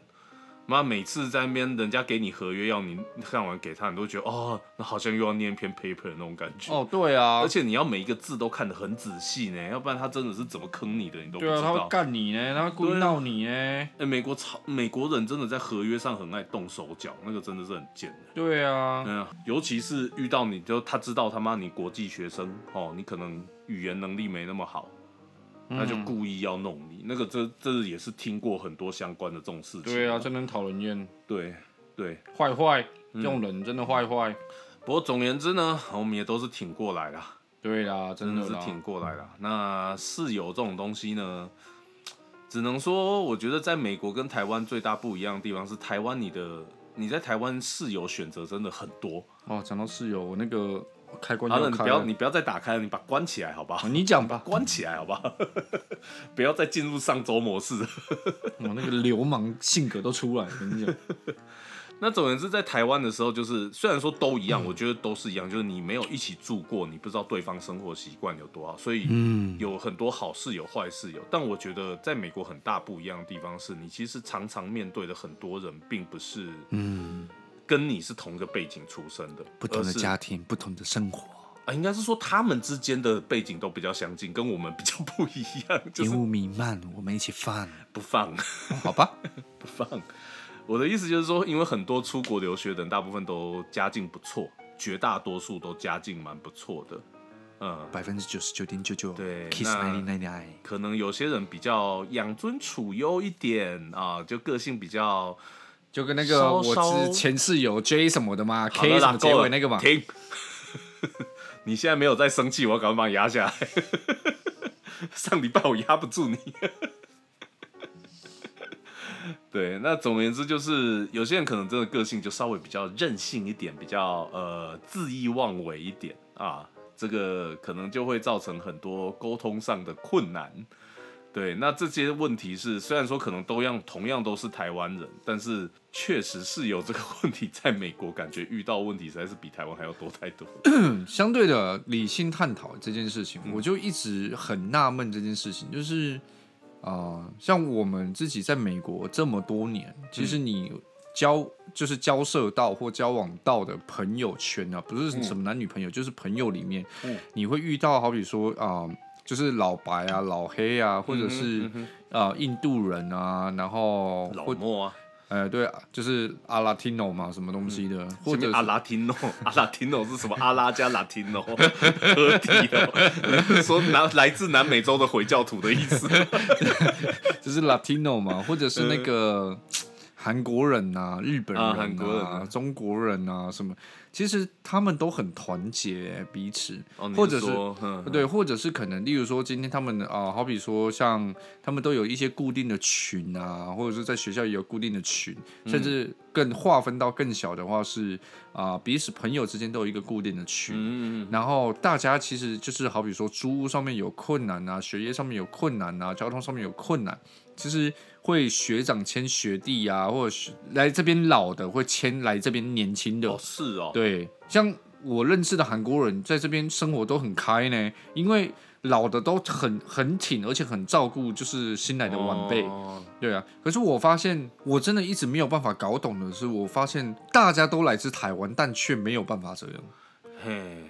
Speaker 1: 妈，每次在那边人家给你合约要你看完给他，你都觉得哦，那好像又要念一篇 paper 的那种感觉。
Speaker 2: 哦对啊
Speaker 1: 而，且你要每一个字都看得很仔细呢，要不然他真的是怎么坑你的，你都不
Speaker 2: 对
Speaker 1: 知
Speaker 2: 啊，他会
Speaker 1: 道。
Speaker 2: 干你呢，他会故意
Speaker 1: 对啊
Speaker 2: 闹你呢，
Speaker 1: 哎、美国超美国人真的在合约上很爱动手脚，那个真的是很贱的。
Speaker 2: 对啊，
Speaker 1: 嗯，尤其是遇到你就他知道他妈你国际学生哦，你可能语言能力没那么好，那
Speaker 2: 嗯
Speaker 1: 就故意要弄你。那个这这也是听过很多相关的这种事情。
Speaker 2: 对啊，真的很讨人厌，
Speaker 1: 对对。
Speaker 2: 坏坏，
Speaker 1: 嗯
Speaker 2: 这种人真的坏坏，
Speaker 1: 不过总而言之呢，我们也都是挺过来啦。
Speaker 2: 对啦，
Speaker 1: 真
Speaker 2: 真
Speaker 1: 的
Speaker 2: 的
Speaker 1: 是
Speaker 2: 啦
Speaker 1: 挺过来了。那室友这种东西呢，只能说我觉得在美国跟台湾最大不一样的地方是，台湾你的你在台湾室友选择真的很多。
Speaker 2: 哦，讲到室友，我那个开关
Speaker 1: 好了，
Speaker 2: 要
Speaker 1: 你
Speaker 2: 开
Speaker 1: 不
Speaker 2: 了
Speaker 1: 要你不要再打开了，你把它关起来好不好 *laughs*
Speaker 2: 哦？你讲吧，
Speaker 1: 关起来好不好？ *laughs* 不要再进入上周模式。
Speaker 2: 我那个流氓性格都出来了，跟你讲，
Speaker 1: 那总而言之，在台湾的时候，就是虽然说都一样，
Speaker 2: 嗯
Speaker 1: 我觉得都是一样，就是你没有一起住过，你不知道对方生活习惯有多好，所以
Speaker 2: 嗯
Speaker 1: 有很多好室友、坏室友。但我觉得在美国很大不一样的地方是，你其实常常面对的很多人，并不是
Speaker 2: 嗯，
Speaker 1: 跟你是同一个背景出身的，而是
Speaker 2: 庭，不同的生活，
Speaker 1: 啊，应该是说他们之间的背景都比较相近，跟我们比较不一样，就是
Speaker 2: 雾弥漫，我们一起放，
Speaker 1: 不放。
Speaker 2: 嗯
Speaker 1: *laughs*
Speaker 2: 好吧？
Speaker 1: 不放。我的意思就是说，因为很多出国留学的人，大部分都家境不错，绝大多数都家境蛮不错的。嗯，
Speaker 2: 百分之九十九点九九，
Speaker 1: 对 Kiss 那99.99
Speaker 2: nine，
Speaker 1: 可能有些人比较养尊处优一点啊，就个性比较
Speaker 2: 就跟那个
Speaker 1: 稍稍
Speaker 2: 我之前室友 J 什么的嘛
Speaker 1: 好了
Speaker 2: ，K 什
Speaker 1: 啦，
Speaker 2: 么结
Speaker 1: 够
Speaker 2: 尾
Speaker 1: 了
Speaker 2: 那个嘛，
Speaker 1: 停。 *laughs* 你现在没有在生气，我要赶快把你压下来。 *laughs* 上礼拜我压不住你。 *laughs* 对，那总而言之就是，有些人可能真的个性就稍微比较任性一点，比较呃恣意妄为一点啊，这个可能就会造成很多沟通上的困难。对，那这些问题是虽然说可能都样同样都是台湾人，但是确实是有这个问题，在美国感觉遇到问题实在是比台湾还要多太多。
Speaker 2: 相对的理性探讨这件事情，
Speaker 1: 嗯
Speaker 2: 我就一直很纳闷这件事情，就是呃，像我们自己在美国这么多年，
Speaker 1: 嗯
Speaker 2: 其实你交、就是交涉到或交往到的朋友圈啊，不是什么男女朋友，就是朋友里面，
Speaker 1: 嗯
Speaker 2: 你会遇到好比说啊、呃就是老白啊、老黑啊，或者是
Speaker 1: 嗯、哼
Speaker 2: 呃印度人啊，然后
Speaker 1: 老
Speaker 2: 或
Speaker 1: 莫啊，
Speaker 2: 呃对啊，就是阿拉丁诺嘛，什么东西的，或
Speaker 1: 或
Speaker 2: 者
Speaker 1: 者嗯
Speaker 2: 是
Speaker 1: 阿拉丁诺，阿拉丁诺是什么？阿拉加拉丁哦诺，合体哦，说南来自南美洲的回教徒的意思。
Speaker 2: 就是 Latino 嘛，或者是那个韩国人呐、日本人
Speaker 1: 呃啊韩国人啊
Speaker 2: 中国人啊，什么，其实他们都很团结彼此，
Speaker 1: 哦，你
Speaker 2: *laughs* 或者是
Speaker 1: 说嗯
Speaker 2: 对，或者是可能，例如说今天他们啊、好比说像他们都有一些固定的群啊，或者是在学校也有固定的群，
Speaker 1: 嗯
Speaker 2: 甚至更划分到更小的话是啊、彼此朋友之间都有一个固定的群，
Speaker 1: 嗯嗯
Speaker 2: 然后大家其实就是好比说租屋上面有困难啊，学业上面有困难啊，交通上面有困难，其实会学长牵学弟啊，或者是来这边老的会牵来这边年轻
Speaker 1: 嗯，
Speaker 2: 的，
Speaker 1: 哦是哦，
Speaker 2: 对，像我认识的韩国人在这边生活都很开呢，因为老的都很很挺，而且很照顾就是新来的晚辈，
Speaker 1: 哦
Speaker 2: 对啊。可是我发现我真的一直没有办法搞懂的是，我发现大家都来自台湾，但却没有办法这样。
Speaker 1: 嘿，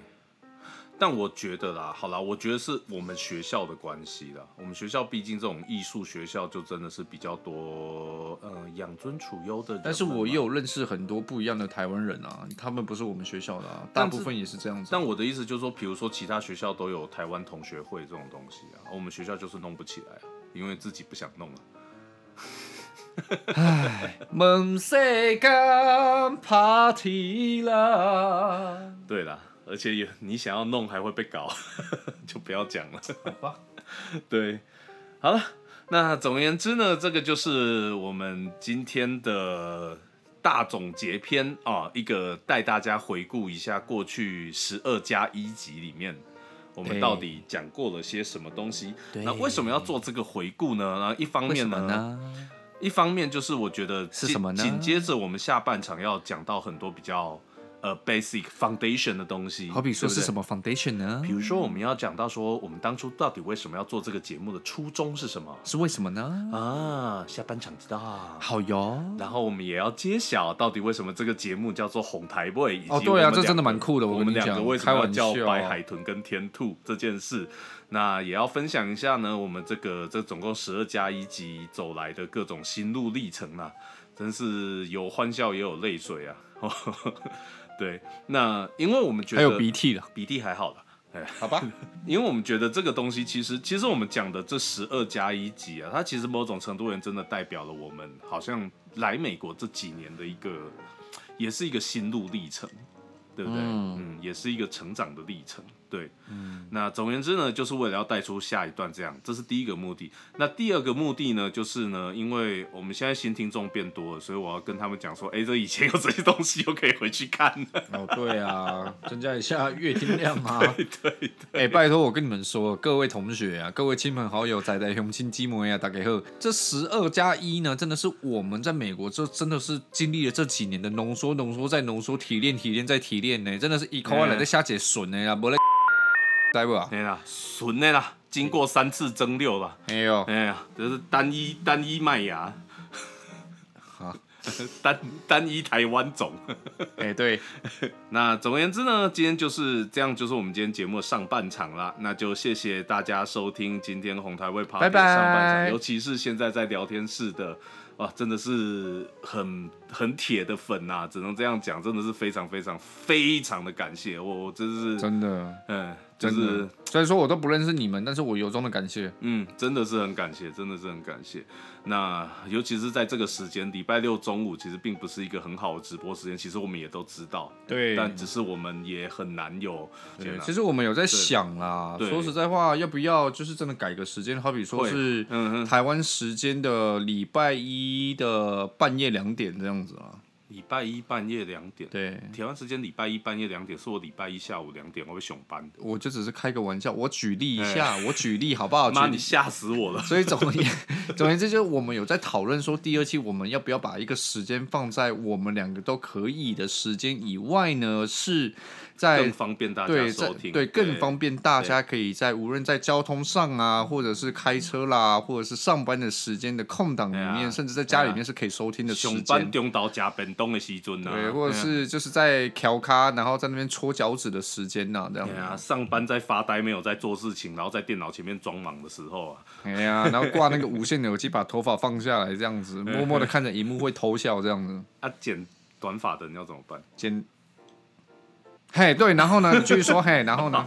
Speaker 1: 但我觉得啦，好啦，我觉得是我们学校的关系啦。我们学校毕竟这种艺术学校，就真的是比较多呃养尊处优的人们嘛。
Speaker 2: 但是我也有认识很多不一样的台湾人啊，他们不是我们学校的、啊，大
Speaker 1: 但是
Speaker 2: 部分也是这样子。
Speaker 1: 但我的意思就是说，比如说其他学校都有台湾同学会这种东西啊，我们学校就是弄不起来啊，因为自己不想弄啊。
Speaker 2: 梦世间爬梯啦，
Speaker 1: 对啦，而且也你想要弄还会被搞， *laughs* 就不要讲了。
Speaker 2: 好吧，
Speaker 1: *laughs* 对，好了，那总而言之呢，这个就是我们今天的大总结篇啊，一个带大家回顾一下过去十二加一集里面。我们
Speaker 2: 对
Speaker 1: 到底讲过了些什么东西？
Speaker 2: 对
Speaker 1: 那为什么要做这个回顾呢？啊那一方
Speaker 2: 为什
Speaker 1: 面
Speaker 2: 么
Speaker 1: 呢，
Speaker 2: 呢？
Speaker 1: 一方面就是我觉得
Speaker 2: 是
Speaker 1: 紧
Speaker 2: 什么呢
Speaker 1: 紧接着我们下半场要讲到很多比较呃 basic foundation 的东西，
Speaker 2: 好比说是什
Speaker 1: 么？
Speaker 2: 么 foundation 呢
Speaker 1: 比？如说我们要讲到说我们当初到底为什么要做这个节目的初衷是什么
Speaker 2: 是为什么呢？
Speaker 1: 啊？下半场知道。
Speaker 2: 好哟，
Speaker 1: 然后我们也要揭晓到底为什么这个节目叫做《红台 boy》，以及
Speaker 2: 哦对啊
Speaker 1: 我们两个
Speaker 2: 这真的蛮酷的我
Speaker 1: 我
Speaker 2: 跟你
Speaker 1: 们
Speaker 2: 讲
Speaker 1: 两个为什么要叫
Speaker 2: 开玩笑
Speaker 1: 白海豚跟天兔这件事，那也要分享一下呢，我们这个这总共十二加一集走来的各种心路历程啊，真是有欢笑也有泪水啊。 *laughs* 对，那因为我们觉得
Speaker 2: 还有鼻涕啊了，
Speaker 1: 鼻涕还好了。哎
Speaker 2: 好 *laughs* 吧？
Speaker 1: 因为我们觉得这个东西其实，其实我们讲的这十二加一集啊，它其实某种程度上真的代表了我们好像来美国这几年的一个，也是一个心路历程，对不对？嗯
Speaker 2: 嗯
Speaker 1: 也是一个成长的历程，对。那总而言之呢，就是为了要带出下一段这样，这是第一个目的。那第二个目的呢，就是呢，因为我们现在新听众变多了，所以我要跟他们讲说，哎，这以前有这些东西，又可以回去看 *laughs* 了。
Speaker 2: 哦，对啊，增加一下阅听量啊。对对 *laughs* 哎、拜托我跟你们说，各位同学啊，各位亲朋好友，仔仔雄亲鸡母呀，大家好。这十二加一呢，真的是我们在美国这真的是经历了这几年的浓缩、浓缩再浓缩，提炼、提炼再提炼呢，真的是一口来在下解笋呢啊，不 *laughs* 嘞，对不啊？
Speaker 1: 对啦，纯的啦，经过三次蒸馏了。
Speaker 2: *laughs* 哎呦，
Speaker 1: 哎呀，这是单一单一麦芽，
Speaker 2: 好，
Speaker 1: *laughs* 单单一台湾种。
Speaker 2: 哎、对，
Speaker 1: 那总而言之呢，今天就是这样，就是我们今天节目的上半场啦。那就谢谢大家收听今天红台会 p a
Speaker 2: 拜拜
Speaker 1: 上半场，尤其是现在在聊天室的，哇，真的是很很铁的粉呐、只能这样讲，真的是非常非常非常的感谢我，我真是，
Speaker 2: 真的，
Speaker 1: 嗯，就
Speaker 2: 真的。
Speaker 1: 是
Speaker 2: 虽然说我都不认识你们，但是我由衷的感谢。
Speaker 1: 嗯，真的是很感谢，真的是很感谢。那尤其是在这个时间，礼拜六中午其实并不是一个很好的直播时间，其实我们也都知道，
Speaker 2: 对
Speaker 1: 但只是我们也很难有。
Speaker 2: 对
Speaker 1: 天，哪
Speaker 2: 其实我们有在想啦。
Speaker 1: 对
Speaker 2: 说实在话，要不要就是真的改个时间？好比说
Speaker 1: 会
Speaker 2: 是
Speaker 1: 嗯哼
Speaker 2: 台湾时间的礼拜一的半夜两点这样子啊。
Speaker 1: 礼拜一半夜两点，
Speaker 2: 对，
Speaker 1: 台湾时间礼拜一半夜两点是我礼拜一下午两点，我会熊班。
Speaker 2: 我就只是开个玩笑，我举例一下，我举例好不好？
Speaker 1: 哎妈，
Speaker 2: 举
Speaker 1: 你
Speaker 2: 例
Speaker 1: 吓死我了！
Speaker 2: 所以总而言 *laughs* 总而言之，就是我们有在讨论说，第二期我们要不要把一个时间放在我们两个都可以的时间以外呢？是在
Speaker 1: 更方便大家
Speaker 2: 对，
Speaker 1: 收
Speaker 2: 这
Speaker 1: 听，
Speaker 2: 对更方便大家可以在无论在交通上啊，或者是开车啦，或者是上班的时间的空档里
Speaker 1: 对
Speaker 2: 面，
Speaker 1: 啊
Speaker 2: 甚至在家里面是可以收听的时
Speaker 1: 熊班
Speaker 2: 间。
Speaker 1: 中岛加本东的西尊呐，
Speaker 2: 对，或者
Speaker 1: 嗯
Speaker 2: 是就是在调咖，然后在那边搓脚趾的时间呐、这样
Speaker 1: 对。啊，上班在发呆，没有在做事情，然后在电脑前面装忙的时候啊，
Speaker 2: 哎呀，然后挂那个无线耳机，把头发放下来，这样子，默默的看着荧幕会偷笑，这样子。
Speaker 1: 啊剪短发的你要怎么办？
Speaker 2: 剪，嘿，对，然后呢，你继续说，嘿，然后 *laughs* 呢，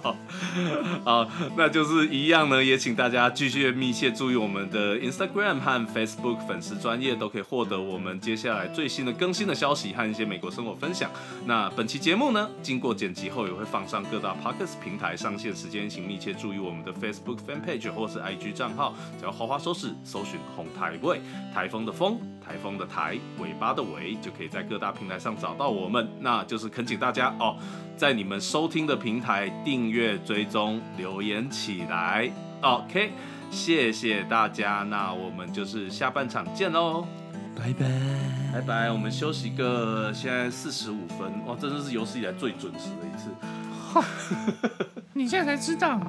Speaker 1: *laughs* 好，那就是一样呢，也请大家继续密切注意我们的 Instagram 和 Facebook 粉丝专业，都可以获得我们接下来最新的更新的消息和一些美国生活分享。那本期节目呢，经过剪辑后也会放上各大 Podcast 平台上线时间，请密切注意我们的 Facebook Fan Page 或是 IG 账号，只要花花手指搜寻“红台味”，台风的风，台风的台，尾巴的尾，就可以在各大平台上找到我们。那就是恳请大家哦，在你们收听的平台订阅、追踪、留言起来。OK，谢谢大家，那我们就是下半场见喽，
Speaker 2: 拜拜。
Speaker 1: 拜拜。我们休息个，现在四十五分，哇，真的是有史以来最准时的一次。
Speaker 2: 你现在才知道。